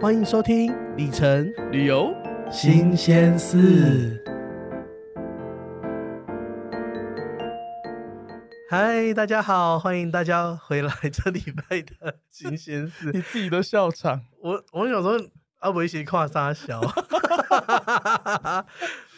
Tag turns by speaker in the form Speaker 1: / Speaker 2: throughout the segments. Speaker 1: 欢迎收听李晨
Speaker 2: 旅游
Speaker 1: 新鲜事。嗨，大家好，欢迎大家回来这礼拜的新鲜事。
Speaker 2: 你 自己都笑场，
Speaker 1: 我我想说，啊，我一起跨沙小。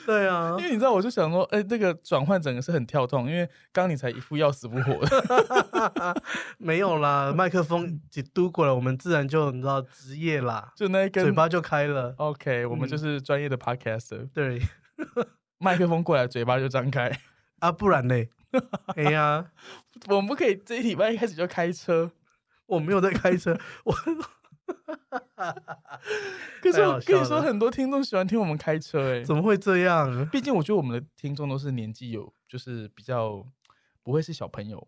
Speaker 1: 对啊
Speaker 2: 因，为你知道，我就想说，哎、这个转换整个是很跳痛，因为刚你才一副要死不活的，
Speaker 1: 没有啦，麦克风一嘟过来，我们自然就你知道职业啦，
Speaker 2: 就那一根
Speaker 1: 嘴巴嗯就开了。
Speaker 2: OK，我们就是专业的 podcaster，
Speaker 1: 对
Speaker 2: 麦、克风过来，嘴巴就张开。
Speaker 1: 啊，不然呢？哎呀，
Speaker 2: 我们不可以这一礼拜一开始就开车，
Speaker 1: 我没有在开车，我
Speaker 2: 可是
Speaker 1: 太好
Speaker 2: 我跟
Speaker 1: 笑
Speaker 2: 你说，
Speaker 1: 了
Speaker 2: 很多听众喜欢听我们开车、哎，
Speaker 1: 怎么会这样？
Speaker 2: 毕竟我觉得我们的听众都是年纪有，就是比较不会是小朋友，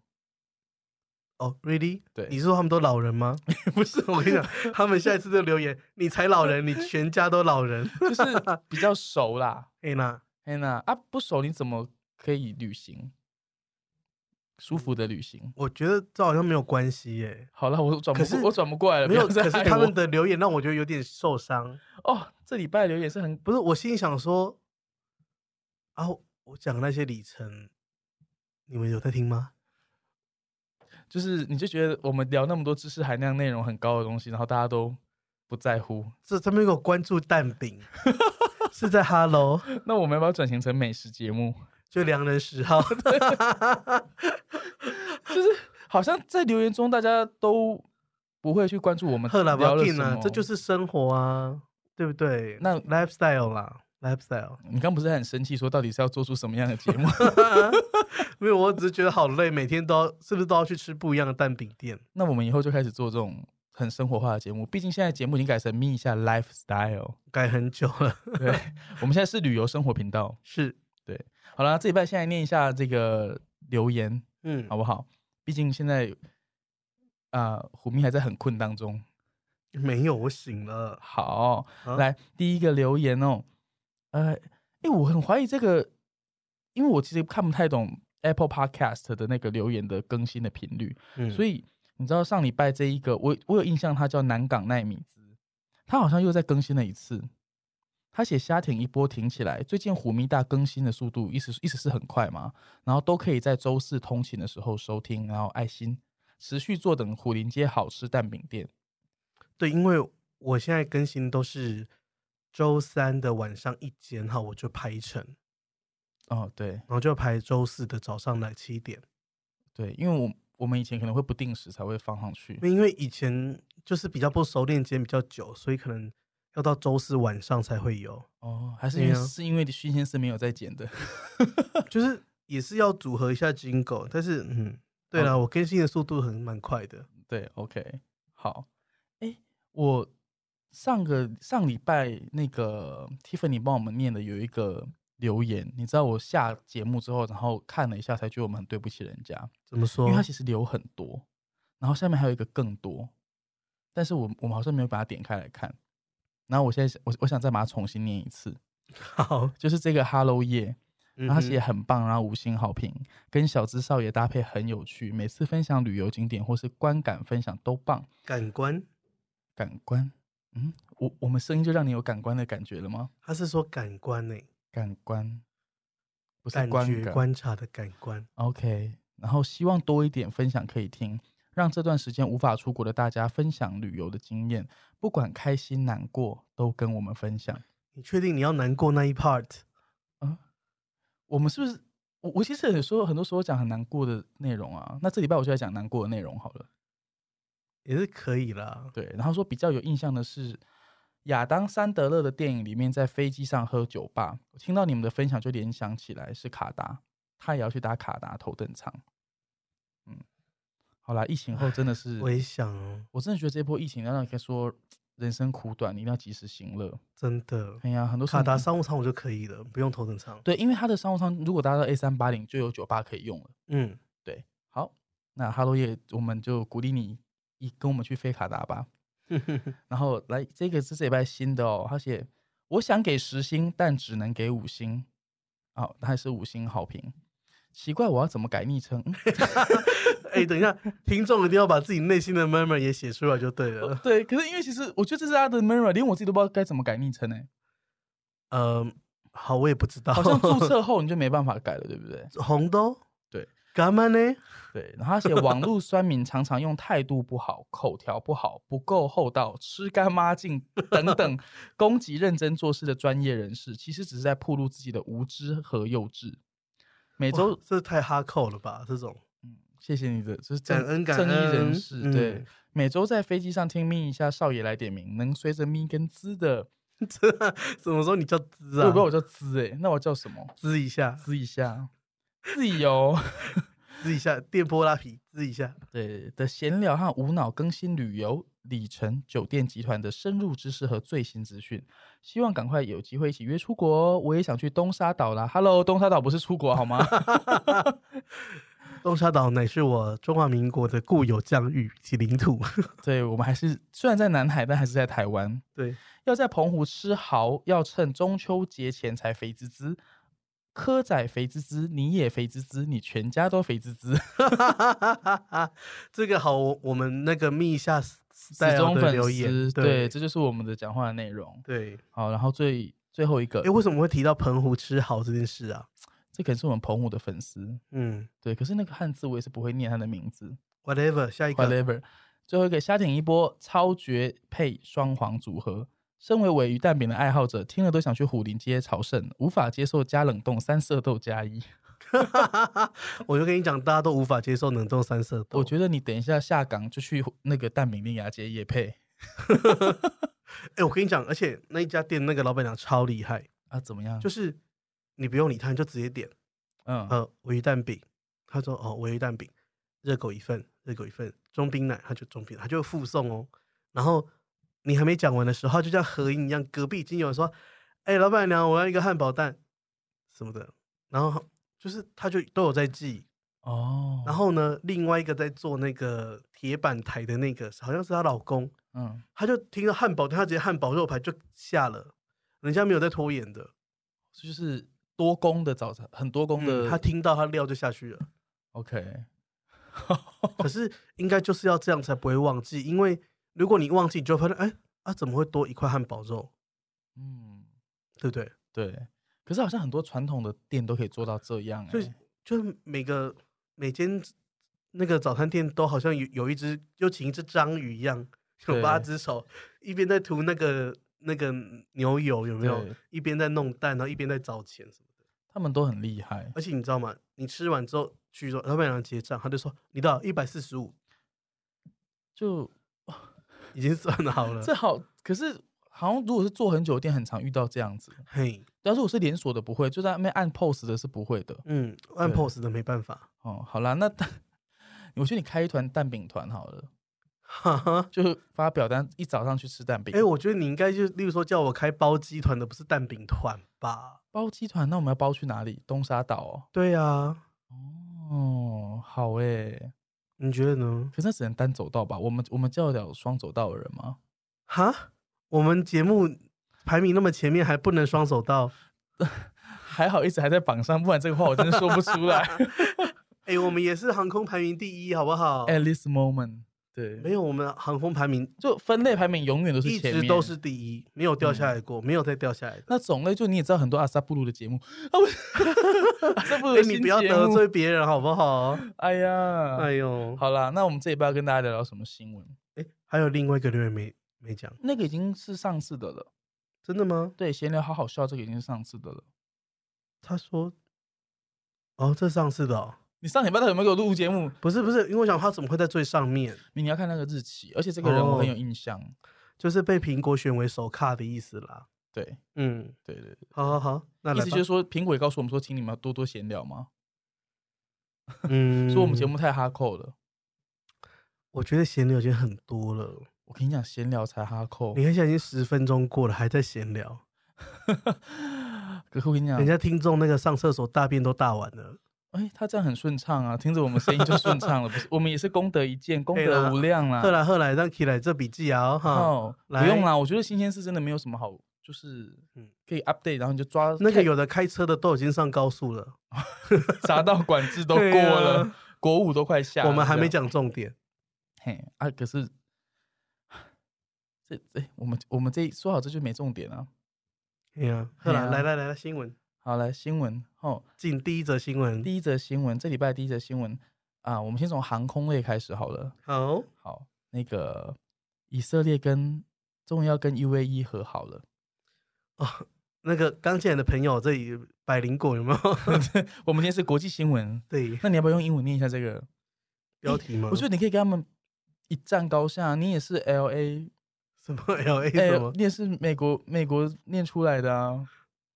Speaker 1: 哦、r e a l l y
Speaker 2: 对
Speaker 1: 你是说他们都老人吗？
Speaker 2: 不是
Speaker 1: 我跟你讲，他们下一次就留言，你才老人，你全家都老人。
Speaker 2: 就是比较熟啦。
Speaker 1: 哎啦，
Speaker 2: 哎那啊，不熟你怎么可以旅行？舒服的旅行。
Speaker 1: 我觉得这好像没有关系耶，
Speaker 2: 好了，我转不
Speaker 1: 可是
Speaker 2: 过，我转不过来了。
Speaker 1: 没有。
Speaker 2: 哎不要
Speaker 1: 可
Speaker 2: 再
Speaker 1: 是
Speaker 2: 害
Speaker 1: 他
Speaker 2: 我
Speaker 1: 们的留言让我觉得有点受伤。
Speaker 2: 哦，这礼拜的留言是很
Speaker 1: 不是，我心里想说，啊，我讲的那些里程，你们有在听吗？
Speaker 2: 就是你就觉得我们聊那么多知识含量、内容很高的东西，然后大家都不在乎。
Speaker 1: 这他们有个关注蛋饼，是在 Hello，
Speaker 2: 那我们要不要转型成美食节目？
Speaker 1: 就良人十 号。
Speaker 2: 好像在留言中，大家都不会去关注我们
Speaker 1: 赫拉
Speaker 2: 聊
Speaker 1: 巴
Speaker 2: 了
Speaker 1: 金
Speaker 2: 什
Speaker 1: 啊
Speaker 2: 么。，
Speaker 1: 这就是生活啊，对不对？
Speaker 2: 那
Speaker 1: lifestyle 啦，lifestyle。
Speaker 2: 你刚不是很生气，说到底是要做出什么样的节目？
Speaker 1: 没有，我只是觉得好累，每天都要是不是都要去吃不一样的蛋饼店？
Speaker 2: 那我们以后就开始做这种很生活化的节目。毕竟现在节目已经改成咪一下 lifestyle，
Speaker 1: 改很久 了，
Speaker 2: 对， 我们现在是旅游生活频道。
Speaker 1: 是，
Speaker 2: 好了，这礼拜现在念一下这个留言。
Speaker 1: 嗯
Speaker 2: 好，不好？毕竟现在啊、呃虎迷还在很困当中。
Speaker 1: 没有，我醒了，
Speaker 2: 好，
Speaker 1: 啊
Speaker 2: 来第一个留言哦，呃，哎，我很怀疑这个，因为我其实看不太懂 Apple Podcast 的那个留言的更新的频率，
Speaker 1: 嗯
Speaker 2: 所以你知道上礼拜这一个，我我有印象，它叫南港奈米兹，它好像又再更新了一次。他写瞎停一波停起来，最近虎迷大更新的速度一直一直是很快嘛，然后都可以在周四通勤的时候收听，然后爱心持续坐等虎林街好吃蛋饼店。
Speaker 1: 对，因为我现在更新都是周三的晚上一间哈，我就排成，
Speaker 2: 哦，对
Speaker 1: 然后就排周四的早上来七点，
Speaker 2: 对，因为我我们以前可能会不定时才会放上去，
Speaker 1: 因为以前就是比较不熟练，间比较久，所以可能要到周四晚上才会有，
Speaker 2: 哦，还是因为
Speaker 1: 对啊
Speaker 2: 是因为新鲜是没有在剪的。
Speaker 1: 就是也是要组合一下金狗，但是嗯，对
Speaker 2: 哦
Speaker 1: 啦，我更新的速度很蛮快的，
Speaker 2: 对，OK，好，哎，我上个上礼拜那个 Tiffany 帮我们念的有一个留言，你知道我下节目之后，然后看了一下，才觉得我们很对不起人家，
Speaker 1: 怎么
Speaker 2: 因
Speaker 1: 说
Speaker 2: 为？他其实留很多，然后下面还有一个更多，但是我我们好像没有把它点开来看，然后我现在想我我想再把它重新念一次，
Speaker 1: 好，
Speaker 2: 就是这个 Hello 夜，
Speaker 1: 嗯
Speaker 2: 然后
Speaker 1: 哼
Speaker 2: 他写很棒，然后五星好评，跟小资少爷搭配很有趣，每次分享旅游景点或是观感分享都棒。
Speaker 1: 感官，
Speaker 2: 感官，嗯，我我们声音就让你有感官的感觉了吗？
Speaker 1: 他是说感官呢、欸
Speaker 2: 感官，不是
Speaker 1: 感
Speaker 2: 观
Speaker 1: 觉
Speaker 2: 感。
Speaker 1: 观察的感官。
Speaker 2: OK，然后希望多一点分享可以听，让这段时间无法出国的大家分享旅游的经验，不管开心难过都跟我们分享。
Speaker 1: 你确定你要难过那一 part？
Speaker 2: 我们是不是？我我其实很说很多时候讲很难过的内容啊，那这礼拜我就来讲难过的内容好了。
Speaker 1: 也是可以啦。
Speaker 2: 对，然后说比较有印象的是亚当·山德勒的电影里面，在飞机上喝酒吧，我听到你们的分享就联想起来是卡达，他也要去打卡达头等舱。嗯，好啦，疫情后真的是，
Speaker 1: 我也想哦，
Speaker 2: 我真的觉得这波疫情让你可以说人生苦短，你一定要及时行乐。
Speaker 1: 真的，
Speaker 2: 哎呀，很多事
Speaker 1: 卡达
Speaker 2: 情
Speaker 1: 商务舱我就可以了，不用头等舱。
Speaker 2: 对，因为他的商务舱如果搭到 A 三八零就有酒吧可以用了。
Speaker 1: 嗯，
Speaker 2: 对，好，那哈罗也我们就鼓励你一跟我们去飞卡达吧。然后来这个是这礼拜新的哦，他写我想给十星，但只能给五星，好、哦，他还是五星好评。奇怪，我要怎么改昵称？嗯
Speaker 1: 哎、等一下，听众一定要把自己内心的 murmur 也写出来就对 了。
Speaker 2: 嗯对，可是因为其实我觉得这是他的 mirror，连我自己都不知道该怎么改昵称哎，
Speaker 1: 嗯、好，我也不知道。
Speaker 2: 好像注册后你就没办法改了，对不对？
Speaker 1: 红豆
Speaker 2: 对
Speaker 1: 干嘛呢？
Speaker 2: 对，然后他写网络酸民常常用态度不好、口条不好、不够厚道、吃干抹净等等攻击认真做事的专业人士，其实只是在暴露自己的无知和幼稚。每周
Speaker 1: 哇这太哈扣了吧？这种
Speaker 2: 谢谢你的，就是
Speaker 1: 感
Speaker 2: 正
Speaker 1: 恩感
Speaker 2: 正义人
Speaker 1: 恩
Speaker 2: 士。
Speaker 1: 嗯
Speaker 2: 对，每周在飞机上听咪一下少爷来点名，能随着咪跟滋的，
Speaker 1: 这怎么说？你叫滋
Speaker 2: 我
Speaker 1: 啊
Speaker 2: 不知？道我叫滋哎、那我叫什么？
Speaker 1: 滋一下，
Speaker 2: 滋一下，自由
Speaker 1: 滋一下，电波拉皮，滋一下。
Speaker 2: 对的闲聊和无脑更新旅游里程酒店集团的深入知识和最新资讯。希望赶快有机会一起约出国哦、我也想去东沙岛啦。Hello，东沙岛不是出国好吗？
Speaker 1: 东沙岛乃是我中华民国的固有疆域及领土。
Speaker 2: 对我们还是虽然在南海，但还是在台湾。
Speaker 1: 对，
Speaker 2: 要在澎湖吃蚝，要趁中秋节前才肥滋滋。蚵仔肥滋滋，你也肥滋滋，你全家都肥滋滋。
Speaker 1: 这个好，我我们那个密一下死
Speaker 2: 死忠粉
Speaker 1: 留
Speaker 2: 丝，
Speaker 1: 言，
Speaker 2: 对，
Speaker 1: 对
Speaker 2: 这就是我们的讲话的内容。
Speaker 1: 对。
Speaker 2: 好，然后最最后一个
Speaker 1: 哎、，为什么会提到澎湖吃蚝这件事啊？
Speaker 2: 这可能是我们澎湖的粉丝，
Speaker 1: 嗯
Speaker 2: 对，可是那个汉字我也是不会念他的名字
Speaker 1: ，whatever，下一个
Speaker 2: ，whatever。最后一个虾艇一波超绝配双黄组合，身为尾鱼蛋饼的爱好者，听了都想去虎林街朝圣，无法接受加冷冻三色豆加一。
Speaker 1: 我就跟你讲，大家都无法接受冷冻三色豆。
Speaker 2: 我觉得你等一下下岗就去那个蛋饼店给他接夜配
Speaker 1: 哎、我跟你讲，而且那一家店那个老板娘超厉害，
Speaker 2: 啊，怎么样？
Speaker 1: 就是是你不用理他，你就直接点
Speaker 2: 嗯，
Speaker 1: 呃鲔鱼蛋饼，他说哦鲔鱼蛋饼，热狗一份，热狗一份，中冰奶，他就中冰奶，他就附送哦。然后你还没讲完的时候，他就像合影一样，隔壁已经有人说，哎、老板娘，我要一个汉堡蛋什么的，然后就是他就都有在记，
Speaker 2: 哦，
Speaker 1: 然后呢，另外一个在做那个铁板台的那个，好像是她老公，
Speaker 2: 嗯，
Speaker 1: 他就听到汉堡，他直接汉堡肉排就下了，人家没有在拖延的。
Speaker 2: 这就是多工的早餐，很多工的。
Speaker 1: 嗯，他听到他料就下去了。
Speaker 2: OK，
Speaker 1: 可是应该就是要这样才不会忘记，因为如果你忘记，你就会发现，哎啊，怎么会多一块汉堡肉？
Speaker 2: 嗯，
Speaker 1: 对不对？
Speaker 2: 对。可是好像很多传统的店都可以做到这样、欸，
Speaker 1: 所以就是每个每间那个早餐店都好像有有一只，就请一只章鱼一样，有
Speaker 2: 对
Speaker 1: 八只手，一边在涂那个那个牛油，有没有
Speaker 2: 对？
Speaker 1: 一边在弄蛋，然后一边在找钱什么的。
Speaker 2: 他们都很厉害。
Speaker 1: 而且你知道吗？你吃完之后去说老板娘结账，他就说你到一百四十五，
Speaker 2: 就
Speaker 1: 已经算好了。
Speaker 2: 这好，可是好像如果是做很久的店，很常遇到这样子。
Speaker 1: 嘿，
Speaker 2: 要是我是连锁的，不会，就在那边按 POS 的是不会的。
Speaker 1: 嗯，按
Speaker 2: 对
Speaker 1: POS 的没办法，
Speaker 2: 哦，好啦，那 我觉得你开一团蛋饼团好了，
Speaker 1: 哈哈。
Speaker 2: 就发表单，一早上去吃蛋饼。
Speaker 1: 哎、我觉得你应该就，例如说叫我开包鸡团的，不是蛋饼团吧？
Speaker 2: 包鸡团，那我们要包去哪里？东沙岛哦。
Speaker 1: 对啊，
Speaker 2: 哦，好诶、
Speaker 1: 你觉得呢？
Speaker 2: 可是那只能单走道吧？我们我们叫得了双走道的人吗？
Speaker 1: 哈，我们节目排名那么前面，还不能双手到？
Speaker 2: 还好一直还在榜上，不然这个话我真的说不出 来。
Speaker 1: 哎、我们也是航空排名第一，好不好？
Speaker 2: At this moment，对，
Speaker 1: 没有，我们航空排名
Speaker 2: 就分类排名永远都是
Speaker 1: 一
Speaker 2: 前面，嗯
Speaker 1: 直都是第一，没有掉下来过，没有再掉下来的。
Speaker 2: 那种类，就你也知道很多阿萨布鲁的节目，啊不是阿萨布鲁
Speaker 1: 哎、
Speaker 2: 的
Speaker 1: 你
Speaker 2: 新
Speaker 1: 不要
Speaker 2: 节
Speaker 1: 得
Speaker 2: 目
Speaker 1: 罪别人，好不 好？
Speaker 2: 哎呀，
Speaker 1: 哎呦，
Speaker 2: 好啦，那我们这一半要跟大家聊聊什么新闻？
Speaker 1: 哎、还有另外一个留言没没讲，
Speaker 2: 那个已经是上次的了，
Speaker 1: 真的吗？
Speaker 2: 对，闲聊好好笑，这个已经是上次的了。
Speaker 1: 他说，哦，这上次的、哦，
Speaker 2: 你上礼拜到底有没有给我录节目？
Speaker 1: 不是不是，因为我想他怎么会在最上面？
Speaker 2: 你要看那个日期，而且这个人我很有
Speaker 1: 哦
Speaker 2: 印象。
Speaker 1: 就是被苹果选为首咖的意思啦。
Speaker 2: 对
Speaker 1: 嗯，
Speaker 2: 对对对，
Speaker 1: 好好好，那
Speaker 2: 意
Speaker 1: 来
Speaker 2: 思就是
Speaker 1: 吧，
Speaker 2: 说，苹果也告诉我们说，请你们要多多闲聊嘛，
Speaker 1: 嗯，
Speaker 2: 说我们节目太哈扣了。
Speaker 1: 我觉得闲聊已经很多了。
Speaker 2: 我跟你讲，闲聊才哈扣
Speaker 1: 你。看现在已经十分钟过了，还在闲聊，
Speaker 2: 可是我跟你讲，
Speaker 1: 人家听众那个上厕所大便都大完了。
Speaker 2: 哎，他这样很顺畅啊，听着我们声音就顺畅了，不是？我们也是功德一 件，功
Speaker 1: 哎
Speaker 2: 德
Speaker 1: 啦
Speaker 2: 无量啦。
Speaker 1: 后来后来让 K 来这笔记啊，哈，
Speaker 2: 哦，不
Speaker 1: 来
Speaker 2: 用啦，我觉得新鲜事真的没有什么好就是
Speaker 1: 嗯
Speaker 2: 可以 update，然后你就抓
Speaker 1: 那个
Speaker 2: 有
Speaker 1: 有的开车的都已经上高速了，
Speaker 2: 匝道管制都 过
Speaker 1: 对啊
Speaker 2: 了，国五都快下了，
Speaker 1: 我们还没
Speaker 2: 这样。
Speaker 1: 讲重点。
Speaker 2: 嘿啊，可是 这这我们我们这一说好这就没重点啊。
Speaker 1: 哎呀，好啦
Speaker 2: 对啊
Speaker 1: 来来来来，新闻
Speaker 2: 好，来新闻哦，
Speaker 1: 进第一则新闻。
Speaker 2: 第一则新闻，这礼拜第一则新闻啊，我们先从航空类开始好了。
Speaker 1: 好，
Speaker 2: 好，那个以色列跟终于要跟 UAE 和好了，
Speaker 1: 那个刚进来的朋友，这里百灵果有 没有？
Speaker 2: 我们今天是国际新闻，
Speaker 1: 对，
Speaker 2: 那你要不要用英文念一下这个？
Speaker 1: 标题吗？
Speaker 2: 我觉得你可以跟他们一战高下，你也是 LA，
Speaker 1: 什么 L A
Speaker 2: 哎
Speaker 1: 什么，？
Speaker 2: 你也是美国美国念出来的啊，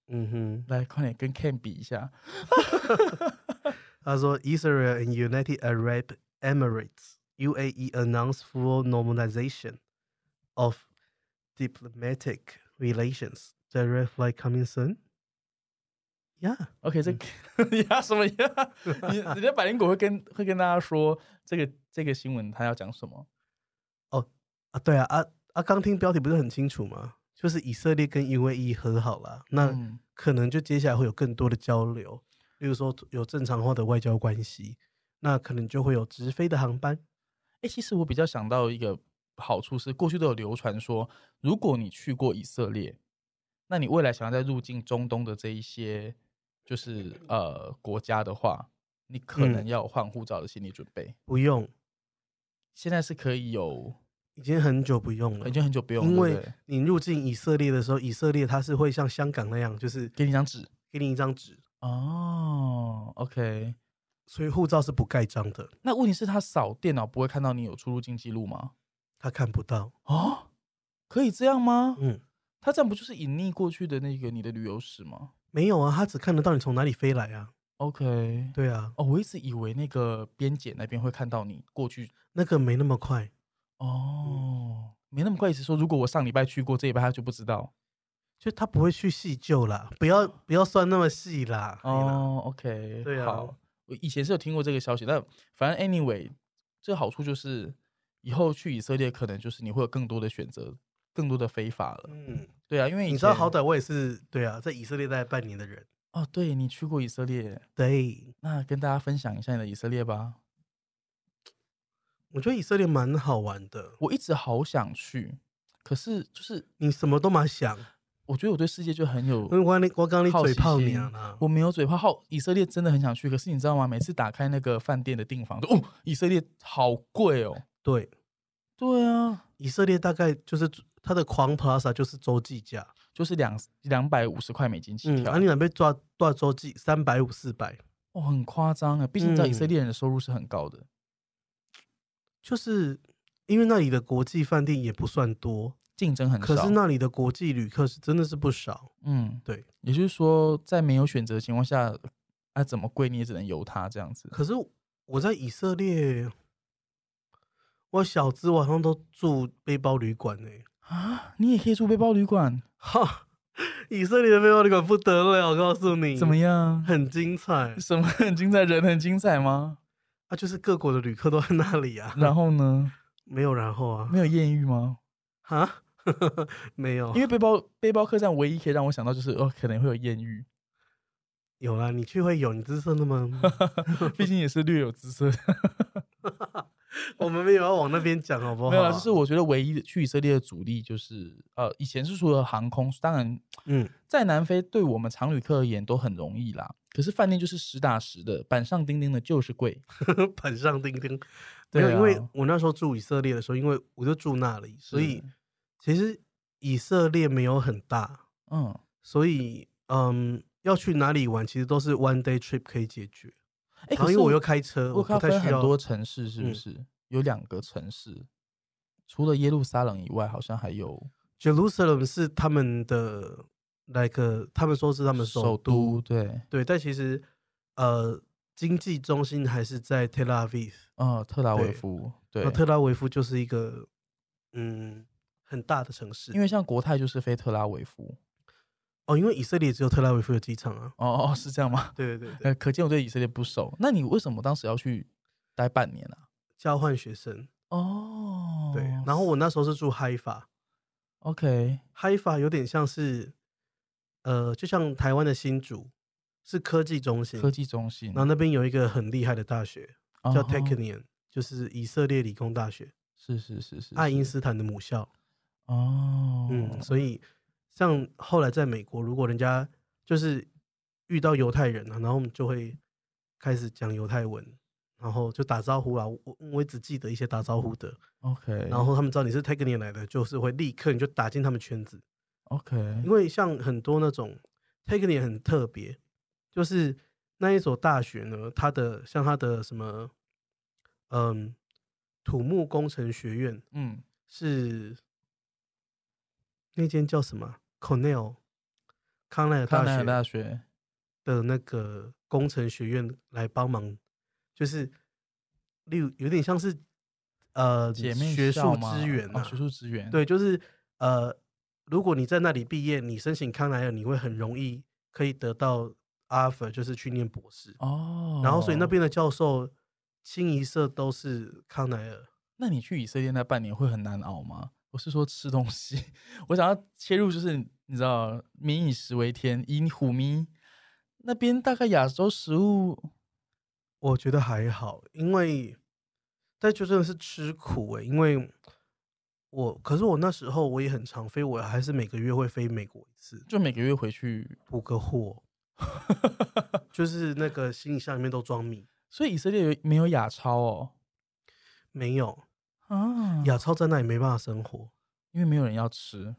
Speaker 1: 嗯哼，
Speaker 2: 来快点跟 Ken 比一下。
Speaker 1: 他说，Israel and United Arab Emirates (UAE) announce full normalization of diplomatic relations. The red flag coming soon. Yeah，
Speaker 2: OK，这个 呀什么呀？你人家百灵果会跟会跟大家说这个这个新闻他要讲什么？
Speaker 1: 啊，对啊，啊啊，刚听标题不是很清楚吗？就是以色列跟 UAE 和好了，那
Speaker 2: 嗯，
Speaker 1: 可能就接下来会有更多的交流，例如说有正常化的外交关系，那可能就会有直飞的航班。
Speaker 2: 哎、其实我比较想到一个好处是，过去都有流传说，如果你去过以色列，那你未来想要再入境中东的这一些就是呃国家的话，你可能
Speaker 1: 嗯
Speaker 2: 要有换护照的心理准备。
Speaker 1: 不用，
Speaker 2: 现在是可以有，
Speaker 1: 已经很久不用了
Speaker 2: 已。经很久不用，
Speaker 1: 因
Speaker 2: 对不
Speaker 1: 为
Speaker 2: 对
Speaker 1: 你入境以色列的时候，以色列它是会像香港那样，就是
Speaker 2: 给你一张纸
Speaker 1: 给你一张纸，
Speaker 2: 哦。OK，
Speaker 1: 所以护照是不盖章的，
Speaker 2: 那问题是他扫电脑不会看到你有出入境记录吗？
Speaker 1: 他看不到。
Speaker 2: 哦，可以这样吗？
Speaker 1: 嗯，
Speaker 2: 他这样不就是隐匿过去的那个你的旅游史吗
Speaker 1: 没有啊，他只看得到你从哪里飞来啊。
Speaker 2: ？OK，
Speaker 1: 对啊，
Speaker 2: 哦，我一直以为那个边检那边会看到你过去
Speaker 1: 那个没那么快，
Speaker 2: 哦，没那么快。意思说，如果我上礼拜去过，这礼拜他就不知道
Speaker 1: 就他不会去细究啦，不要不要算那么细啦。哎呀，
Speaker 2: 哦。OK，
Speaker 1: 对啊
Speaker 2: 好，我以前是有听过这个消息，但反正 anyway，这好处就是以后去以色列可能就是你会有更多的选择，更多的非法了。
Speaker 1: 嗯，
Speaker 2: 对啊，因为以
Speaker 1: 你知道
Speaker 2: 前
Speaker 1: 好歹我也是对啊，在以色列待半年的人，
Speaker 2: 哦，对你去过以色列，
Speaker 1: 对
Speaker 2: 那跟大家分享一下你的以色列吧。
Speaker 1: 我觉得以色列蛮好玩的，
Speaker 2: 我一直好想去，可是就是
Speaker 1: 你什么都蛮想，
Speaker 2: 我觉得我对世界就很有
Speaker 1: 因为我刚你我刚你
Speaker 2: 好
Speaker 1: 嘴
Speaker 2: 奇
Speaker 1: 炮
Speaker 2: 心
Speaker 1: 你啊，
Speaker 2: 我没有嘴炮，好以色列真的很想去，可是你知道吗？每次打开那个饭店的订房，哦，以色列好贵哦。
Speaker 1: 对，
Speaker 2: 对啊，
Speaker 1: 以色列大概就是它的狂 Plaza 就是洲际价，
Speaker 2: 就是两两百五十块美金起
Speaker 1: 嗯，
Speaker 2: 跳，
Speaker 1: 啊，你那边抓多少洲际？三百五、四百，
Speaker 2: 哦，很夸张啊！毕竟你知道以色
Speaker 1: 嗯
Speaker 2: 列人的收入是很高的，
Speaker 1: 就是因为那里的国际饭店也不算多，
Speaker 2: 竞争很少。
Speaker 1: 可是那里的国际旅客是真的是不少，
Speaker 2: 嗯，
Speaker 1: 对。
Speaker 2: 也就是说，在没有选择的情况下，啊，怎么贵你也只能由他这样子。
Speaker 1: 可是我在以色列，我小资晚上都住背包旅馆呢、
Speaker 2: 啊，你也可以住背包旅馆，
Speaker 1: 哈，以色列的背包旅馆不得了，我告诉你，
Speaker 2: 怎么样？
Speaker 1: 很精彩
Speaker 2: 什么很精彩？人很精彩吗？
Speaker 1: 啊！就是各国的旅客都在那里啊，
Speaker 2: 然后呢？
Speaker 1: 没有然后啊
Speaker 2: 没，有艳遇吗？
Speaker 1: 哈， 没有，
Speaker 2: 因为背包背包客栈唯一可以让我想到就是哦，可能会有艳 遇，
Speaker 1: 有啦，你去会有，你姿色那 么，
Speaker 2: 毕竟也是略有姿色。
Speaker 1: 我们没有要往那边讲，好不好？
Speaker 2: 没有啦， 就是我觉得唯一的去以色列的阻力就是呃，以前是除了航空，当然
Speaker 1: 嗯，
Speaker 2: 在南非对我们常旅客而言都很容易啦。可是饭店就是实打实的，板上钉钉的就是贵。
Speaker 1: 板上钉钉。没
Speaker 2: 对
Speaker 1: 有，
Speaker 2: 啊
Speaker 1: 因为我那时候住以色列的时候，因为我就住那里，所以
Speaker 2: 是
Speaker 1: 其实以色列没有很大，
Speaker 2: 嗯，
Speaker 1: 所以嗯，要去哪里玩，其实都是 one day trip 可以解决。
Speaker 2: 哎，
Speaker 1: 然
Speaker 2: 可
Speaker 1: 后
Speaker 2: 是
Speaker 1: 因为我又开车，
Speaker 2: 我
Speaker 1: 不
Speaker 2: 看
Speaker 1: 太
Speaker 2: 分
Speaker 1: 需
Speaker 2: 很
Speaker 1: 要。
Speaker 2: 多城市，是不
Speaker 1: 嗯
Speaker 2: 是、有两个城市？除了耶路撒冷以外，好像还有
Speaker 1: Jerusalem 是他们的 like 他们说是他们首
Speaker 2: 都
Speaker 1: 都，
Speaker 2: 对，
Speaker 1: 对，但其实呃，经济中心还是在 Tel Aviv。
Speaker 2: 嗯，特拉维
Speaker 1: 对
Speaker 2: 夫，对，
Speaker 1: 那特拉维夫就是一个嗯很大的城市，
Speaker 2: 因为像国泰就是飞特拉维夫。
Speaker 1: 哦，因为以色列只有特拉维夫有机场啊。
Speaker 2: 哦哦，是这样吗？
Speaker 1: 对对对，
Speaker 2: 呃，可见我对以色列不熟。那你为什么当时要去待半年啊？
Speaker 1: 交换学生。
Speaker 2: 哦，
Speaker 1: 对，然后我那时候是住 Haifa，
Speaker 2: OK，
Speaker 1: Haifa 有点像是，呃，就像台湾的新竹是科技中心，
Speaker 2: 科技中心
Speaker 1: 然后那边有一个很厉害的大学叫
Speaker 2: 哦
Speaker 1: Technion，、就是以色列理工大学，
Speaker 2: 是是是是，
Speaker 1: 爱因
Speaker 2: 是
Speaker 1: 斯坦的母校。
Speaker 2: 哦，
Speaker 1: 嗯，所以像后来在美国，如果人家就是遇到犹太人啊，然后我们就会开始讲犹太文，然后就打招呼啦。我我也只记得一些打招呼的，
Speaker 2: OK，
Speaker 1: 然后他们知道你是 Technion 来的，就是会立刻你就打进他们圈子。
Speaker 2: OK，
Speaker 1: 因为像很多那种 Technion 很特别，就是那一所大学呢，它的像它的什么，嗯，土木工程学院
Speaker 2: 嗯，
Speaker 1: 是那间叫什么 Cornell 康奈尔
Speaker 2: 康
Speaker 1: 大
Speaker 2: 奈尔
Speaker 1: 学
Speaker 2: 大学
Speaker 1: 的那个工程学院来帮忙，就是例如有点像是呃
Speaker 2: 姐妹
Speaker 1: 学
Speaker 2: 校
Speaker 1: 术
Speaker 2: 吗
Speaker 1: 资源
Speaker 2: 哦
Speaker 1: 啊，
Speaker 2: 学术资源，
Speaker 1: 对，就是呃，如果你在那里毕业，你申请康奈尔，你会很容易可以得到 offer，就是去念博士。
Speaker 2: 哦，
Speaker 1: 然后，所以那边的教授清一色都是康奈尔。
Speaker 2: 那你去以色列那半年会很难熬吗？我是说吃东西， 我想要切入就是你知道“民以食为天”，以虎迷那边大概亚洲食物
Speaker 1: 我觉得还好，因为但就真的是吃苦欸诶、因为我可是我那时候我也很常飞，我还是每个月会飞美国一次
Speaker 2: 就每个月回去，
Speaker 1: 补个 货，就是那个行李箱里面都装米，
Speaker 2: 所以以色列有没有亚超哦？
Speaker 1: 没有
Speaker 2: 啊，
Speaker 1: 亚超在那里没办法生活。
Speaker 2: 因为没有人要吃，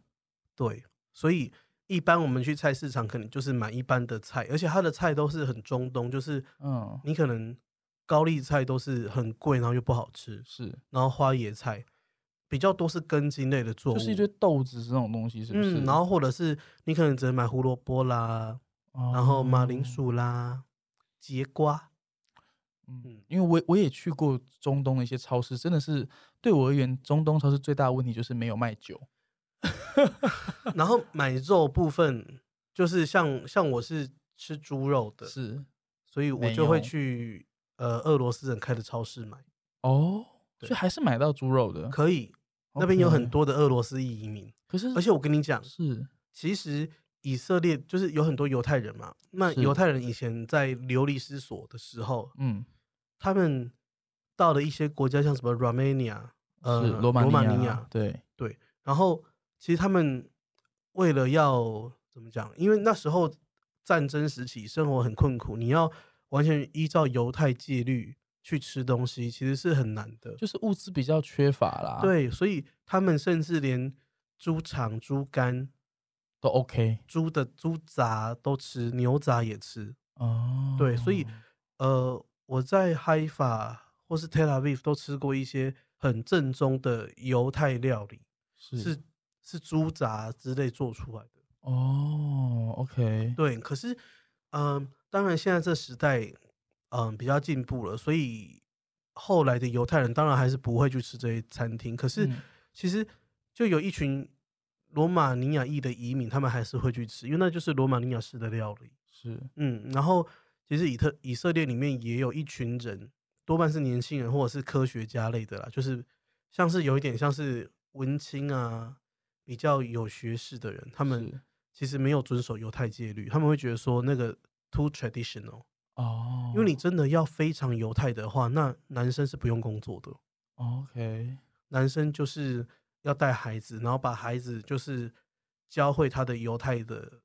Speaker 1: 对，所以一般我们去菜市场，可能就是买一般的菜，而且它的菜都是很中东，就是
Speaker 2: 嗯，
Speaker 1: 你可能高丽菜都是很贵，然后又不好吃，
Speaker 2: 是，
Speaker 1: 然后花椰菜比较多是根茎类的作物，
Speaker 2: 就是一堆豆子这种东西，是不是？
Speaker 1: 嗯，然后或者是你可能只能买胡萝卜啦，
Speaker 2: 哦，
Speaker 1: 然后马铃薯啦、节瓜，
Speaker 2: 嗯，因为我我也去过中东的一些超市，真的是对我而言，中东超市最大的问题就是没有卖酒。
Speaker 1: 然后买肉部分就是像像我是吃猪肉的，
Speaker 2: 是
Speaker 1: 所以我
Speaker 2: 没
Speaker 1: 就会
Speaker 2: 有
Speaker 1: 去呃俄罗斯人开的超市买。
Speaker 2: 哦，所
Speaker 1: 对
Speaker 2: 以还是买到猪肉的。
Speaker 1: 可以，那边有
Speaker 2: OK
Speaker 1: 很，多的俄罗斯裔移民，
Speaker 2: 可是
Speaker 1: 而且我跟你讲，
Speaker 2: 是
Speaker 1: 其实以色列就是有很多犹太人嘛。那
Speaker 2: 是
Speaker 1: 犹太人以前在流离失所的时候，
Speaker 2: 嗯，
Speaker 1: 他们到了一些国家，像什么 Romania，呃，
Speaker 2: 是罗马
Speaker 1: 马尼
Speaker 2: 尼
Speaker 1: 亚，
Speaker 2: 对，
Speaker 1: 然后其实他们为了要怎么讲？因为那时候战争时期生活很困苦，你要完全依照犹太戒律去吃东西，其实是很难的。
Speaker 2: 就是啊物资比较缺乏啦，，
Speaker 1: 对，所以他们甚至连猪肠、猪肝、
Speaker 2: 都 OK
Speaker 1: 猪的猪杂都吃，牛杂也吃。
Speaker 2: 哦。
Speaker 1: 对所以呃，我在 Haifa 或是 Tel Aviv 都吃过一些很正宗的犹太料理，
Speaker 2: 是
Speaker 1: 是是猪杂之类做出来的。
Speaker 2: 哦，OK，
Speaker 1: 对，可是嗯、呃当然现在这时代嗯、呃比较进步了，所以后来的犹太人当然还是不会去吃这些餐厅，可是。
Speaker 2: 嗯
Speaker 1: 其实就有一群罗马尼亚裔的移民，他们还是会去吃，因为那就是罗马尼亚式的料理。
Speaker 2: 是
Speaker 1: 嗯，然后其实以特以色列里面也有一群人，多半是年轻人或者是科学家类的啦，就是像是有一点像是文青啊，比较有学识的人，他们
Speaker 2: 是
Speaker 1: 其实没有遵守犹太戒律，他们会觉得说那个 too traditional，
Speaker 2: 哦，
Speaker 1: 因为你真的要非常犹太的话，那男生是不用工作的。
Speaker 2: OK
Speaker 1: 男生就是要带孩子，然后把孩子就是教会他的犹太的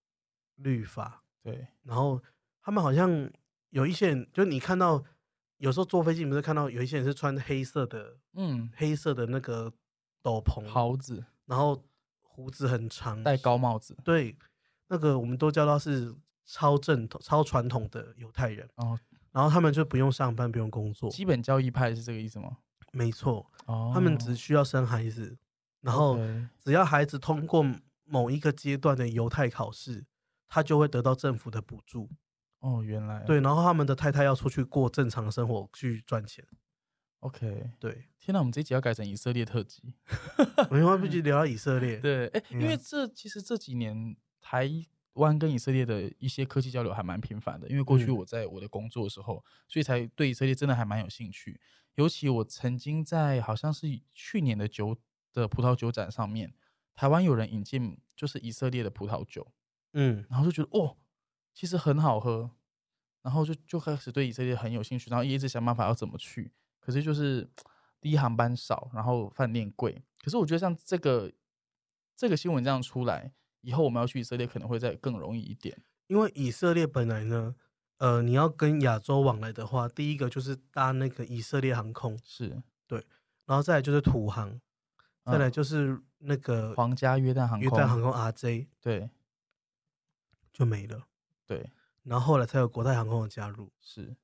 Speaker 1: 律法，
Speaker 2: 对
Speaker 1: 然后他们好像有一些人，就你看到有时候坐飞机，你不是看到有一些人是穿黑色的
Speaker 2: 嗯
Speaker 1: 黑色的那个斗篷，，
Speaker 2: 袍子
Speaker 1: 然后胡子很长，
Speaker 2: 戴高帽子
Speaker 1: 对，那个我们都叫他是超正统、超传统的犹太人，
Speaker 2: 哦，
Speaker 1: 然后他们就不用上班，不用工作，
Speaker 2: 基本教义派是这个意思吗？
Speaker 1: 没错，
Speaker 2: 哦，
Speaker 1: 他们只需要生孩子，然后。
Speaker 2: OK
Speaker 1: 只要孩子通过某一个阶段的犹太考试，他就会得到政府的补助。
Speaker 2: 哦，原来
Speaker 1: 对，然后他们的太太要出去过正常的生活去赚钱。
Speaker 2: OK，
Speaker 1: 对，
Speaker 2: 天哪，我们这一集要改成以色列特辑。
Speaker 1: 我们不去聊到以色列。
Speaker 2: 对，哎、因为
Speaker 1: 嗯
Speaker 2: 这其实这几年台湾跟以色列的一些科技交流还蛮频繁的，因为过去
Speaker 1: 嗯
Speaker 2: 我在我的工作的时候，所以才对以色列真的还蛮有兴趣。尤其我曾经在好像是去年的酒的葡萄酒展上面，台湾有人引进就是以色列的葡萄酒，
Speaker 1: 嗯
Speaker 2: 然后就觉得哦，其实很好喝，然后就就开始对以色列很有兴趣，然后也一直想办法要怎么去，可是就是第一航班少，然后饭店贵。可是我觉得像这个这个新闻这样出来以后，我们要去以色列可能会再更容易一点。
Speaker 1: 因为以色列本来呢，呃，你要跟亚洲往来的话，第一个就是搭那个以色列航空，
Speaker 2: 是，
Speaker 1: 然后再来就是土航，再来
Speaker 2: 嗯
Speaker 1: 就是那个
Speaker 2: 皇家约旦航
Speaker 1: 约
Speaker 2: 空，
Speaker 1: 旦航空 RJ
Speaker 2: 对
Speaker 1: 就没了，
Speaker 2: 对
Speaker 1: 然后后来才有国泰航空的加入，
Speaker 2: 是，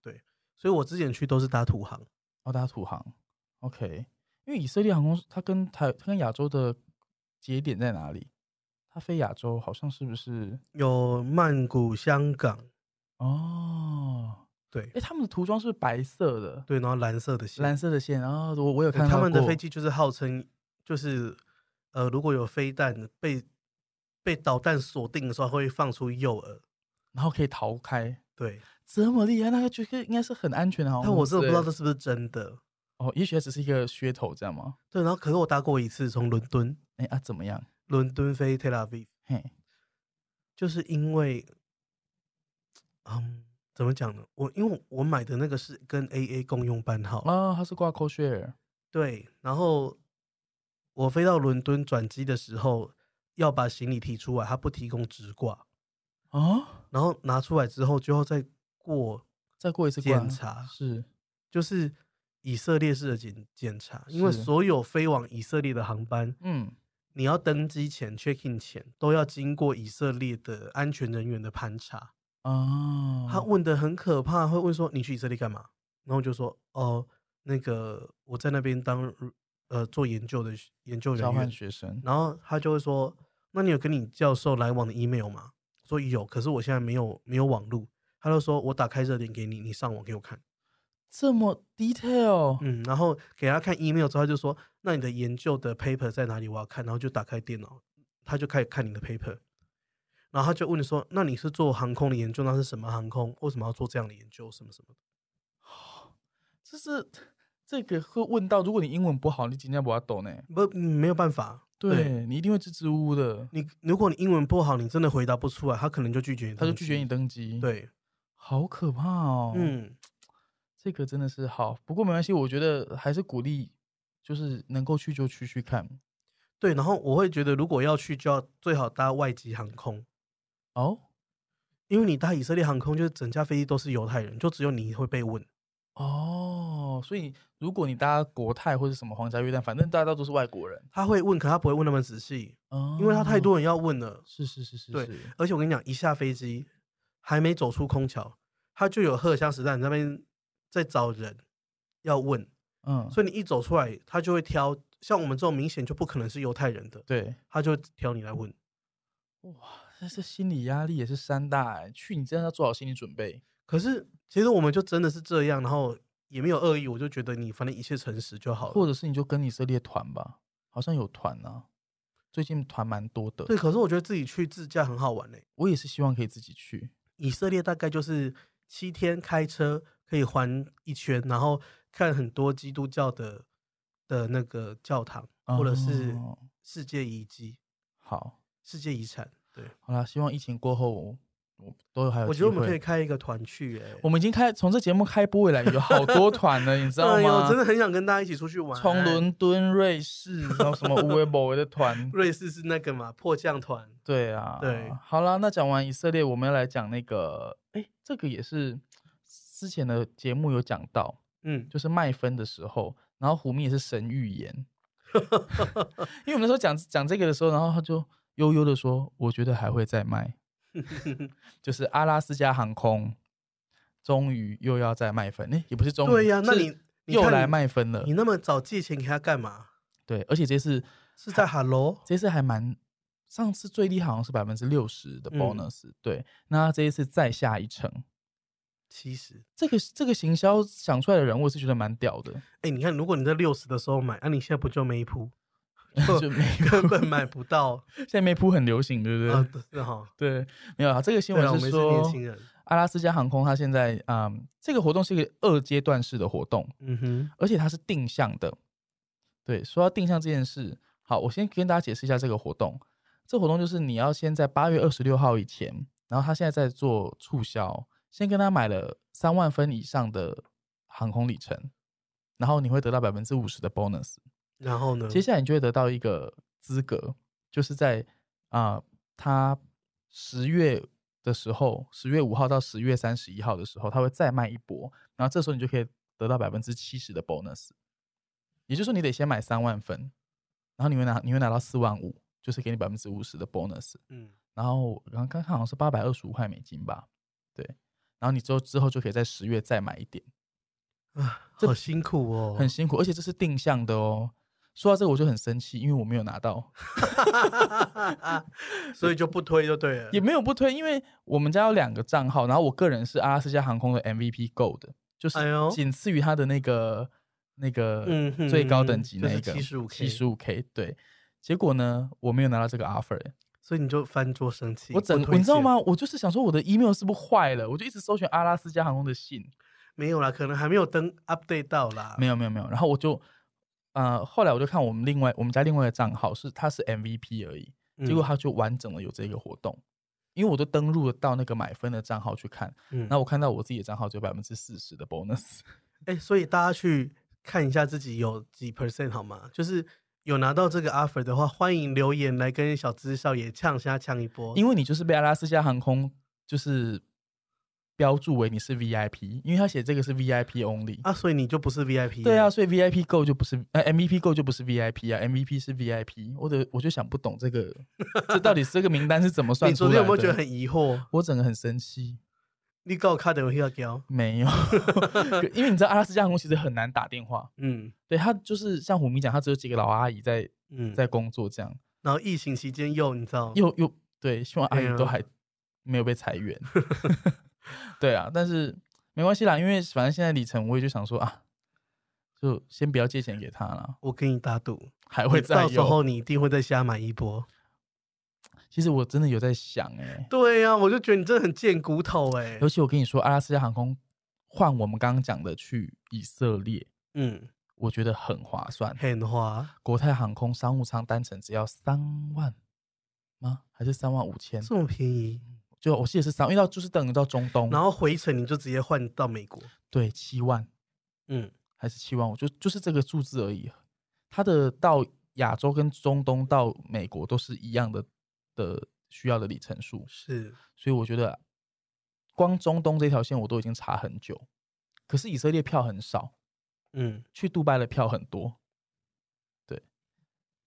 Speaker 1: 所以我之前去都是搭土航，
Speaker 2: 澳大土航，OK，因为以色列航空它跟台它跟亚洲的节点在哪里？它飞亚洲好像是不是？
Speaker 1: 有曼谷、香港，
Speaker 2: 哦，
Speaker 1: 对
Speaker 2: 哎，他们的涂装是不是白色的，
Speaker 1: 对，然后蓝色的线，
Speaker 2: 蓝色的线，然后我我有
Speaker 1: 对
Speaker 2: 看到
Speaker 1: 他们的
Speaker 2: 过
Speaker 1: 飞机就是号称就是呃，如果有飞弹被被导弹锁定的时候，会放出诱饵。
Speaker 2: 然后可以逃开，
Speaker 1: 对，
Speaker 2: 这么厉害，那个就应该是很安全的航空
Speaker 1: 但我
Speaker 2: 公
Speaker 1: 真
Speaker 2: 司
Speaker 1: 的
Speaker 2: 欸。
Speaker 1: 不知道这是不是真的。
Speaker 2: 哦，也许它只是一个噱头，这样吗？
Speaker 1: 对，然后可是我搭过一次从伦敦，
Speaker 2: 哎啊，怎么样？
Speaker 1: 伦敦飞 Tel Aviv，
Speaker 2: 嘿，
Speaker 1: 就是因为，嗯，怎么讲呢？我因为我买的那个是跟 AA 共用班号，
Speaker 2: 啊，它是挂 c o s h a r
Speaker 1: 对，然后我飞到伦敦转机的时候，要把行李提出来，他不提供直挂，
Speaker 2: 啊，
Speaker 1: 然后拿出来之后就要再过，
Speaker 2: 再过一次
Speaker 1: 检
Speaker 2: 挂
Speaker 1: 查
Speaker 2: 是
Speaker 1: 就是以色列式的检检查，因为
Speaker 2: 是
Speaker 1: 所有飞往以色列的航班，
Speaker 2: 嗯
Speaker 1: 你要登机前 check in 前都要经过以色列的安全人员的盘查。
Speaker 2: 啊，
Speaker 1: 他问的很可怕，会问说你去以色列干嘛？然后我就说哦，那个我在那边当呃做研究的研究人
Speaker 2: 交换
Speaker 1: 员，
Speaker 2: 学生
Speaker 1: 然后他就会说：“那你有跟你教授来往的 email 吗？”我说：“有，可是我现在没有没有网路。”他就说：“我打开热点给你，你上网给我
Speaker 2: 哦
Speaker 1: 看。
Speaker 2: 这么 detail，”
Speaker 1: 嗯，然后给他看 email 之后，他就说：“那你的研究的 paper 在哪里？我要看。”然后就打开电脑，他就开始看你的 paper，然后他就问你说：“那你是做航空的研究，那是什么航空？为什么要做这样的研究？什么什么的
Speaker 2: 这是这个会问到，如果你英文不好，你今天不要懂呢？”。
Speaker 1: 不，嗯没有办法。
Speaker 2: 对你一定会支支吾吾的，
Speaker 1: 你，如果你英文不好，你真的回答不出来，他可能就拒绝你，
Speaker 2: 他就拒绝你。登机。，
Speaker 1: 对，
Speaker 2: 好可怕哦。，
Speaker 1: 嗯，
Speaker 2: 这个真的是好，不过没关系，我觉得还是鼓励，就是能够去就去去看。
Speaker 1: 对，然后我会觉得，如果要去，就要最好搭外籍航空，
Speaker 2: 哦
Speaker 1: 因为你搭以色列航空，就是整架飞机都是犹太人，就只有你会被问。
Speaker 2: 哦，所以如果你搭国泰或者什么皇家约旦，反正大家都是外国人，
Speaker 1: 他会问，可他不会问那么仔细，
Speaker 2: 哦
Speaker 1: 因为他太。多人要问了。
Speaker 2: 是是是是
Speaker 1: 对
Speaker 2: 是，
Speaker 1: 而且我跟你讲，一下飞机还没走出空桥，他就有荷枪实弹那边在找人要问，
Speaker 2: 嗯，
Speaker 1: 所以你一走出来，他就会挑像我们这种明显就不可能是犹太人的，
Speaker 2: 对，
Speaker 1: 他就挑你来问。
Speaker 2: 但是心理压力也是山大、欸，去你真的要做好心理准备。
Speaker 1: 可是其实我们就真的是这样，然后也没有恶意，我就觉得你反正一切诚实就好了。
Speaker 2: 或者是你就跟以色列团吧，好像有团啊，最近团蛮多的。
Speaker 1: 对，可是我觉得自己去自驾很好玩呢、
Speaker 2: 我也是希望可以自己去。
Speaker 1: 以色列大概就是七天开车可以环一圈，然后看很多基督教的的那个教堂或者是
Speaker 2: 哦
Speaker 1: 世界遗迹、
Speaker 2: 好，
Speaker 1: 世界遗产。对，
Speaker 2: 好啦，希望疫情过后，我都还有。
Speaker 1: 我觉得我们可以，开一个团去、欸，
Speaker 2: 我们已经开从这节目开播以来有好多团了，你知道
Speaker 1: 哎呦，
Speaker 2: 吗？
Speaker 1: 真的很想跟大家一起出去玩。啊
Speaker 2: 从伦敦、瑞士，然后什么乌维博维的 团，
Speaker 1: 瑞士是那个嘛迫降团，
Speaker 2: 对啊，
Speaker 1: 对。
Speaker 2: 好啦，那讲完以色列，我们要来讲那个，哎，这个也是之前的节目有讲到，
Speaker 1: 嗯，
Speaker 2: 就是卖分的时候，然后虎迷也是神预 言，因为我们那时候讲讲这个的时候，然后他就悠悠的说，我觉得还会 再卖，就是阿拉斯加航空终于又要再卖分，哎、也不是终于，
Speaker 1: 对呀、那
Speaker 2: 是
Speaker 1: 你你
Speaker 2: 又
Speaker 1: 看
Speaker 2: 来
Speaker 1: 你
Speaker 2: 卖分了
Speaker 1: 你，那么早借钱给他干嘛？
Speaker 2: 对，而且这次
Speaker 1: 是在 Hello？
Speaker 2: 这次还蛮。上次最低好像是百分之六十的
Speaker 1: 嗯
Speaker 2: bonus，、对，那这一次再下一层，
Speaker 1: 其实，
Speaker 2: 这个这个行销想出来的人，我是觉得蛮屌的，
Speaker 1: 哎、你看，如果你在六十的时候买，那、啊你现在不就没铺？
Speaker 2: 就没
Speaker 1: 哦 根本买不到。
Speaker 2: 现在没铺很流行， 对不对？
Speaker 1: 啊，是哈，
Speaker 2: 对，没有啊。这个新
Speaker 1: 对啊，我
Speaker 2: 闻
Speaker 1: 们是
Speaker 2: 说，
Speaker 1: 年轻人。
Speaker 2: 阿拉斯加航空它现在，嗯，这个活动是一个二阶段式的活动，
Speaker 1: 嗯哼，
Speaker 2: 而且它是定向的。对，说到定向这件事，好，我先跟大家解释一下这个活动。这活动就是你要先在八月二十六号以前，然后他现在在做促销，先跟他买了三万分以上的航空里程，然后你会得到百分之五十的 bonus。
Speaker 1: 然后呢？
Speaker 2: 接下来你就会得到一个资格，就是在啊、呃他十月的时候，十月五号到十月三十一号的时候，他会再卖一波，然后这时候你就可以得到百分之七十的 bonus，也就是说你得先买三万分，然后你会拿你会拿到四万五，就是给你百分之五十的 bonus，
Speaker 1: 嗯，
Speaker 2: 然后然后刚看好像是八百二十五块美金吧，对，然后你之后之后就可以在十月再买一点。
Speaker 1: 啊，
Speaker 2: 这
Speaker 1: 好辛苦哦，
Speaker 2: 很辛苦，而且这是定向的哦。说到这个我就很生气，因为我没有拿到，
Speaker 1: 所以就不推就对了。
Speaker 2: 也没有不推，因为我们家有两个账号，然后我个人是阿拉斯加航空的 MVP Gold，就是
Speaker 1: 哎呦
Speaker 2: 仅次于它的那个那个
Speaker 1: 嗯哼
Speaker 2: 最高等级那
Speaker 1: 就
Speaker 2: 个
Speaker 1: 是 75K
Speaker 2: 七十五 K，对。结果呢，我没有拿到这个 offer，欸、
Speaker 1: 所以你就翻桌生气。
Speaker 2: 我整
Speaker 1: 不推
Speaker 2: 你知道
Speaker 1: 荐？
Speaker 2: 吗？我就是想说我的 email 是不是坏了，我就一直搜寻阿拉斯加航空的信，
Speaker 1: 没有啦，可能还没有登 update 到啦。
Speaker 2: 没有没有没有，然后我就呃，后来我就看我们另外我们家另外的账号是它是 MVP 而已，
Speaker 1: 有
Speaker 2: 结果他就完整的有这个活动，因为我都登录了到那个买分的账号去看，
Speaker 1: 嗯，
Speaker 2: 那我看到我自己的账号只有百分之四十 的 bonus，
Speaker 1: 哎、所以大家去看一下自己有几 percent 好吗？就是有拿到这个 offer 的话，欢迎留言来跟小资少爷呛虾呛一波。
Speaker 2: 因为你就是被阿拉斯加航空就是标注为你是 VIP，因为他写这个是 VIP only，、
Speaker 1: 啊，所以你就不是 VIP。
Speaker 2: 对啊，，所以 VIP Go 就不是呃 MVP Go 就不是 VIP 啊，MVP 是 VIP，我的我就想不懂这个这到底是这个名单是怎么算
Speaker 1: 你
Speaker 2: 出
Speaker 1: 昨
Speaker 2: 来的？
Speaker 1: 天有没有觉得很疑惑？
Speaker 2: 我整个很生气。
Speaker 1: 你告卡等会要交，
Speaker 2: 没 有，因为你知道阿拉斯加航空其实很难打电话，
Speaker 1: 嗯
Speaker 2: 对他就是像虎明讲，他只有几个老阿姨在
Speaker 1: 嗯，
Speaker 2: 在工作，这样
Speaker 1: 然后疫情期间又你知道，
Speaker 2: 又又对，希望阿
Speaker 1: 对啊
Speaker 2: 姨都还没有被裁员。 对啊，但是没关系啦，因为反正现在里程我也就想说啊，就先不要借钱给他啦，
Speaker 1: 我跟你打赌，
Speaker 2: 还会
Speaker 1: 你
Speaker 2: 再
Speaker 1: 到时
Speaker 2: 有。
Speaker 1: 候你一定会再瞎买一波。
Speaker 2: 其实我真的有在想哎、
Speaker 1: 对呀、我就觉得你真的很贱骨头哎、
Speaker 2: 尤其我跟你说，阿拉斯加航空换我们刚刚讲的去以色列，
Speaker 1: 嗯，
Speaker 2: 我觉得很划算。
Speaker 1: 很花，
Speaker 2: 国泰航空商务舱单程只要三万吗？还是三万五千？
Speaker 1: 这么便宜，
Speaker 2: 就我记得是三，因为到就是等于到中东，
Speaker 1: 然后回程你就直接换到美国。
Speaker 2: 对七万
Speaker 1: 嗯，
Speaker 2: 还是七万五，就就是这个数字而已。它的到亚洲跟中东到美国都是一样的的需要的里程数，
Speaker 1: 是，
Speaker 2: 所以我觉得光中东这条线我都已经查很久，可是以色列票很少，
Speaker 1: 嗯，
Speaker 2: 去杜拜的票很多，对，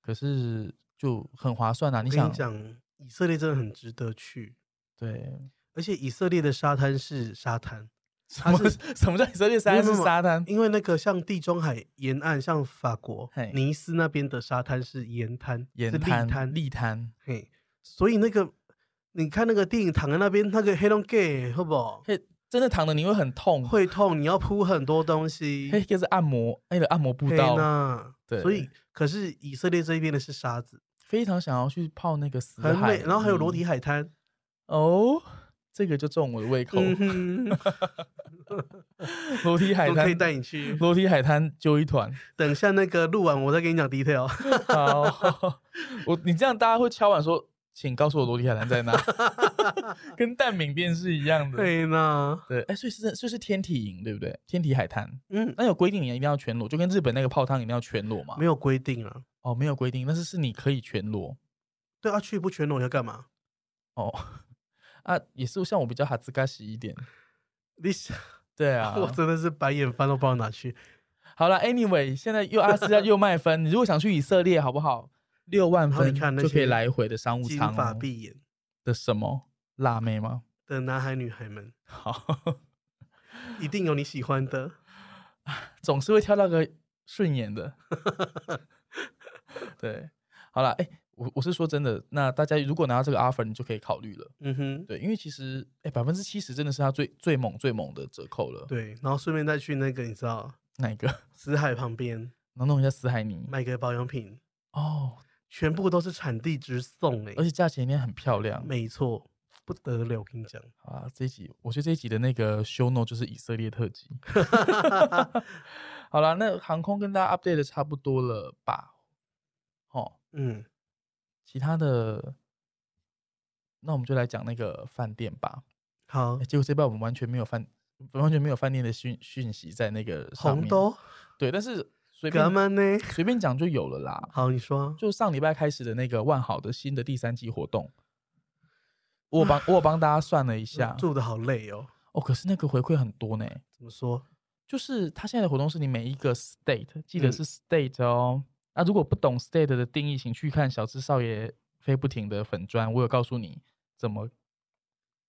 Speaker 2: 可是就很划算啊！
Speaker 1: 我
Speaker 2: 你
Speaker 1: 跟
Speaker 2: 想
Speaker 1: 你，讲，以色列真的很值得去，
Speaker 2: 对，
Speaker 1: 而且以色列的沙滩是沙滩，
Speaker 2: 什么什么叫以色列
Speaker 1: 没
Speaker 2: 沙
Speaker 1: 有
Speaker 2: 滩是
Speaker 1: 没有
Speaker 2: 沙滩？
Speaker 1: 因为那个像地中海沿岸，像法国
Speaker 2: 嘿
Speaker 1: 尼斯那边的沙滩是盐滩，
Speaker 2: 沿
Speaker 1: 是砾
Speaker 2: 滩、
Speaker 1: 滩，
Speaker 2: 立滩，
Speaker 1: 嘿，所以那个你看那个电影躺在那边，那个黑龙 gay 好不好？
Speaker 2: 嘿，真的躺着你会很痛，
Speaker 1: 会痛，你要铺很多东西。
Speaker 2: 嘿，就是按摩，那个按摩步
Speaker 1: 嘿
Speaker 2: 道，
Speaker 1: 呐，
Speaker 2: 对
Speaker 1: 所以可是以色列这边的是沙子，
Speaker 2: 非常想要去泡那个死
Speaker 1: 很
Speaker 2: 海嗯
Speaker 1: 美，
Speaker 2: 里，
Speaker 1: 然后还有裸体海滩。
Speaker 2: 哦，这个就中我的胃口，
Speaker 1: 嗯哼，
Speaker 2: 裸体海
Speaker 1: 我
Speaker 2: 滩
Speaker 1: 可以带你去。
Speaker 2: 裸体海滩揪 一团，
Speaker 1: 等下那个录完，我再给你讲 detail。
Speaker 2: 好，我你这样大家会敲碗说，请告诉我裸体海滩在 哪，跟蛋饼店是一样的。
Speaker 1: 对呢，
Speaker 2: 对，哎，所以是所以是天体营，对不对？天体海滩，
Speaker 1: 嗯，
Speaker 2: 那有规定你一定要全裸，就跟日本那个泡汤一定要全裸嘛
Speaker 1: 没？有规定啊。
Speaker 2: 哦，没有规定，但是是你可以全裸，
Speaker 1: 对啊，去不全裸要干嘛？
Speaker 2: 哦， 啊，也是像我比较哈兹嘎西一点，
Speaker 1: 你想，
Speaker 2: 对啊。
Speaker 1: 我真的是白眼翻都不知道哪去。
Speaker 2: 好了，anyway，现在又阿拉斯加又卖 分，你如果想去以色列，好不好？六万
Speaker 1: 然后你
Speaker 2: 分
Speaker 1: 看那
Speaker 2: 就可以
Speaker 1: 些
Speaker 2: 来回的商务
Speaker 1: 金
Speaker 2: 舱、
Speaker 1: 发
Speaker 2: 哦、
Speaker 1: 碧眼
Speaker 2: 的什么辣妹吗？
Speaker 1: 的男孩女孩们，
Speaker 2: 好，
Speaker 1: 一定有你喜欢的。
Speaker 2: 总是会挑到个顺 眼的。对，好了，哎、我我是说真的，那大家如果拿到这个 offer，你就可以考虑了。
Speaker 1: 嗯哼，
Speaker 2: 对，因为其实哎，百分之七十真的是他最最猛最猛的折扣了。，
Speaker 1: 对，然后顺便再去那个你知道
Speaker 2: 哪一个？
Speaker 1: 死海旁边
Speaker 2: 能弄一下死海泥
Speaker 1: 买个保养品，
Speaker 2: 哦，
Speaker 1: 全部都是产地直送哎、
Speaker 2: 而且价钱应该很漂亮。
Speaker 1: 没错，不得了，我跟你 讲，
Speaker 2: 好啊，这一集我觉得这一集的那个 show no 就是以色列特辑。好啦，那航空跟大家 update 的差不多了吧？哦，
Speaker 1: 嗯，
Speaker 2: 其他的，那我们就来讲那个饭店吧。
Speaker 1: 好
Speaker 2: 诶，结果这边我们完全没有饭，完全没有饭店的讯讯息在那个上
Speaker 1: 红
Speaker 2: 面。
Speaker 1: 豆
Speaker 2: 对，但是随
Speaker 1: 干
Speaker 2: 便
Speaker 1: 嘛呢？
Speaker 2: 随便讲就有了啦。
Speaker 1: 好，你说
Speaker 2: 就上礼拜开始的那个万好的新的第三季活动，我有帮我有帮大家算了 一下
Speaker 1: 住的好累哦，
Speaker 2: 哦，可是那个回馈很多呢。
Speaker 1: 怎么说？
Speaker 2: 就是它现在的活动是你每一个 state，记得
Speaker 1: 嗯
Speaker 2: 是 state 哦。那、如果不懂 state 的定义，请去看小资少爷飞不停的粉砖，我有告诉你怎么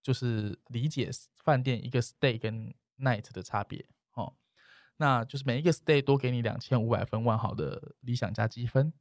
Speaker 2: 就是理解饭店一个 stay 跟 night 的差别哦。那就是每一个 stay 多给你两千五百分万好的理想加积分，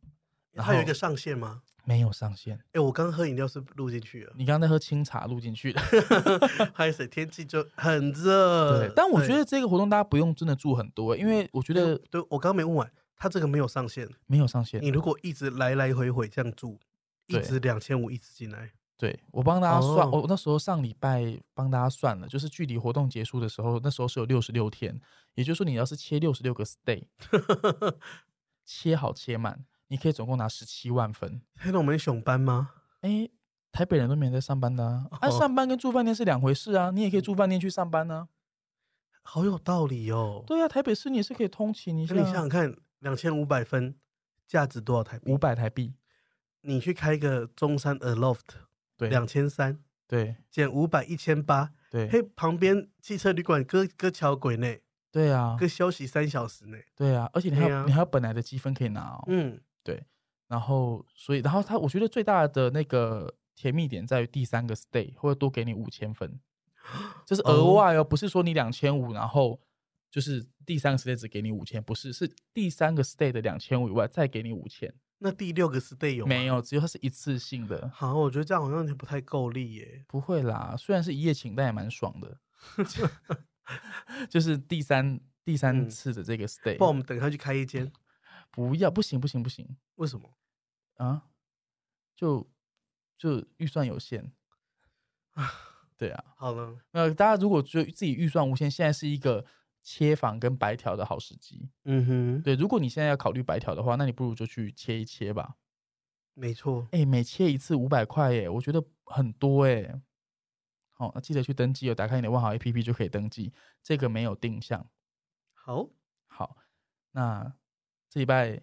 Speaker 2: 然
Speaker 1: 它有一
Speaker 2: 后
Speaker 1: 个上限吗？
Speaker 2: 没有上限。
Speaker 1: 哎，我刚喝饮料是不是录进去了，
Speaker 2: 你刚刚在喝清茶录进去的，
Speaker 1: 拍水天气就很热。
Speaker 2: 对。呃但我觉
Speaker 1: 对
Speaker 2: 得这个活动大家不用真的住很多、因为我觉得
Speaker 1: 对我刚刚没问完，它这个没有上限，
Speaker 2: 没有上限
Speaker 1: 你。如果一直来来回回这样住，一
Speaker 2: 对
Speaker 1: 直两千五一直进来，
Speaker 2: 对我帮大家算，
Speaker 1: 哦
Speaker 2: 我那时候上礼拜帮大家算了，就是距离活动结束的时候，那时候是有六十六天，也就是说你要是切六十六个 stay，切好切满，你可以总共拿十七万分。
Speaker 1: 黑龙我们熊班吗？
Speaker 2: 哎，台北人都没人在上班的啊，啊
Speaker 1: 哦
Speaker 2: 上班跟住饭店是两回事啊，你也可以住饭店去上班啊。
Speaker 1: 好有道理哦。
Speaker 2: 对啊，台北市你也是可以通勤一
Speaker 1: 可
Speaker 2: 下
Speaker 1: 你想
Speaker 2: 啊，
Speaker 1: 想看，两千五百分价值多少台币？
Speaker 2: 五，百台币，
Speaker 1: 你去开个中山 Aloft，
Speaker 2: 对
Speaker 1: 两千三
Speaker 2: 对
Speaker 1: 减五百一千八，
Speaker 2: 对
Speaker 1: 嘿，旁边汽车旅馆搁搁桥轨呢，
Speaker 2: 对啊
Speaker 1: 搁休息三小时呢。
Speaker 2: 对啊，而且你还
Speaker 1: 对
Speaker 2: 有
Speaker 1: 啊
Speaker 2: 你还有本来的积分可以拿哦。
Speaker 1: 嗯，
Speaker 2: 然后所以，然后他我觉得最大的那个甜蜜点在于第三个 stay 会多给你五千分，这是额
Speaker 1: 哦
Speaker 2: 外哦，不是说你两千五，然后就是第三个 stay 只给你五千，不是，是第三个 stay 的两千五以外再给你五千，
Speaker 1: 那第六个 stay 有吗
Speaker 2: 没？有，只有它是一次性的，
Speaker 1: 好，我觉得这样好像有点不太够力耶。
Speaker 2: 不会啦，虽然是一夜情，但也蛮爽的， 就是第三第三
Speaker 1: 嗯
Speaker 2: 次的这个 stay，、
Speaker 1: 不然我们等一下去开一间，
Speaker 2: 不要，不行不行不行
Speaker 1: 为什么？
Speaker 2: 啊，就就预算有限，对啊。
Speaker 1: 好了，
Speaker 2: 那大家如果就自己预算无限，现在是一个切房跟白条的好时机。
Speaker 1: 嗯哼，
Speaker 2: 对，如果你现在要考虑白条的话，那你不如就去切一切吧。
Speaker 1: 没错。
Speaker 2: 哎，每切一次五百块，耶，我觉得很多哎。好、那记得去登记哦，打开你的万豪 APP 就可以登记。这个没有定向。
Speaker 1: 好，
Speaker 2: 好，那这礼拜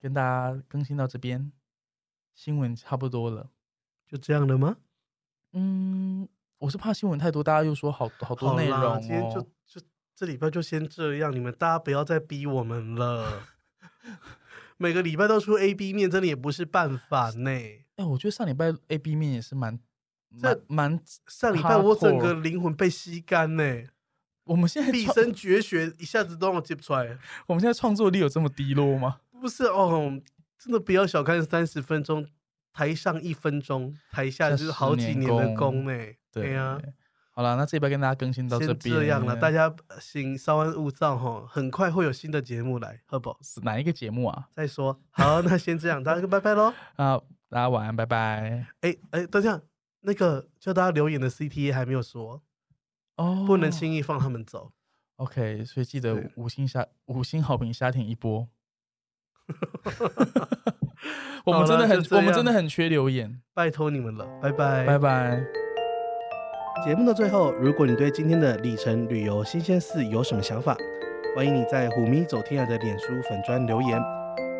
Speaker 2: 跟大家更新到这边，新闻差不多了。
Speaker 1: 就这样了吗？
Speaker 2: 嗯，我是怕新闻太多，大家又说好好多
Speaker 1: 好
Speaker 2: 内容
Speaker 1: 啦
Speaker 2: 哦。
Speaker 1: 今天就就这礼拜就先这样，你们大家不要再逼我们了。每个礼拜都出 A、B 面，真的也不是办法呢。
Speaker 2: 哎、我觉得上礼拜 A B 面也是蛮
Speaker 1: 这
Speaker 2: 蛮蛮，
Speaker 1: 上礼拜我整
Speaker 2: Hardcore
Speaker 1: 个灵魂被吸干 呢，
Speaker 2: 我们现在
Speaker 1: 毕
Speaker 2: 创
Speaker 1: 生绝学一下子都让我接不出来。
Speaker 2: 我们现在创作力有这么低落吗？
Speaker 1: 不是哦，真的不要小看三十分钟，台上一分钟，台下就是好几年的功呢。对呀、
Speaker 2: 好了，那这礼拜跟大家更新到这
Speaker 1: 先
Speaker 2: 边，
Speaker 1: 这样了，大家请稍安勿躁哈，很快会有新的节目来，好不好？
Speaker 2: 是哪一个节目啊？
Speaker 1: 再说，好，那先这样，大家就拜拜喽。
Speaker 2: 啊，大家晚安，拜拜。
Speaker 1: 哎哎，等一下，那个叫大家留言的 CTA 还没有说，
Speaker 2: 哦，
Speaker 1: 不能。轻易放他们走。
Speaker 2: OK，所以记得
Speaker 1: 对
Speaker 2: 五星下五星好评，瞎挺 一波。我们真
Speaker 1: 好
Speaker 2: 的
Speaker 1: 啦就这
Speaker 2: 很，
Speaker 1: 样
Speaker 2: 我们真的很缺留言，
Speaker 1: 拜托你们了，拜拜。
Speaker 2: 拜拜。
Speaker 1: 节目的最后，如果你对今天的里程旅游新鲜事有什么想法，欢迎你在虎咪走天涯的脸书粉砖留言，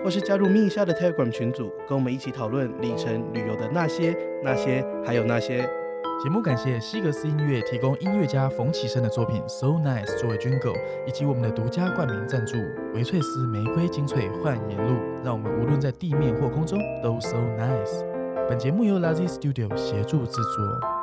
Speaker 1: 或是加入咪一下的 Telegram 群组，跟我们一起讨论里程旅游的那些、那些，还有那些。
Speaker 2: 节目感谢西格斯音乐提供音乐家冯启生的作品《So Nice》作为 Jingle，以及我们的独家冠名赞助维翠斯玫瑰精粹焕颜露，让我们无论在地面或空中都 So Nice。本节目由 Lazy Studio 协助制作。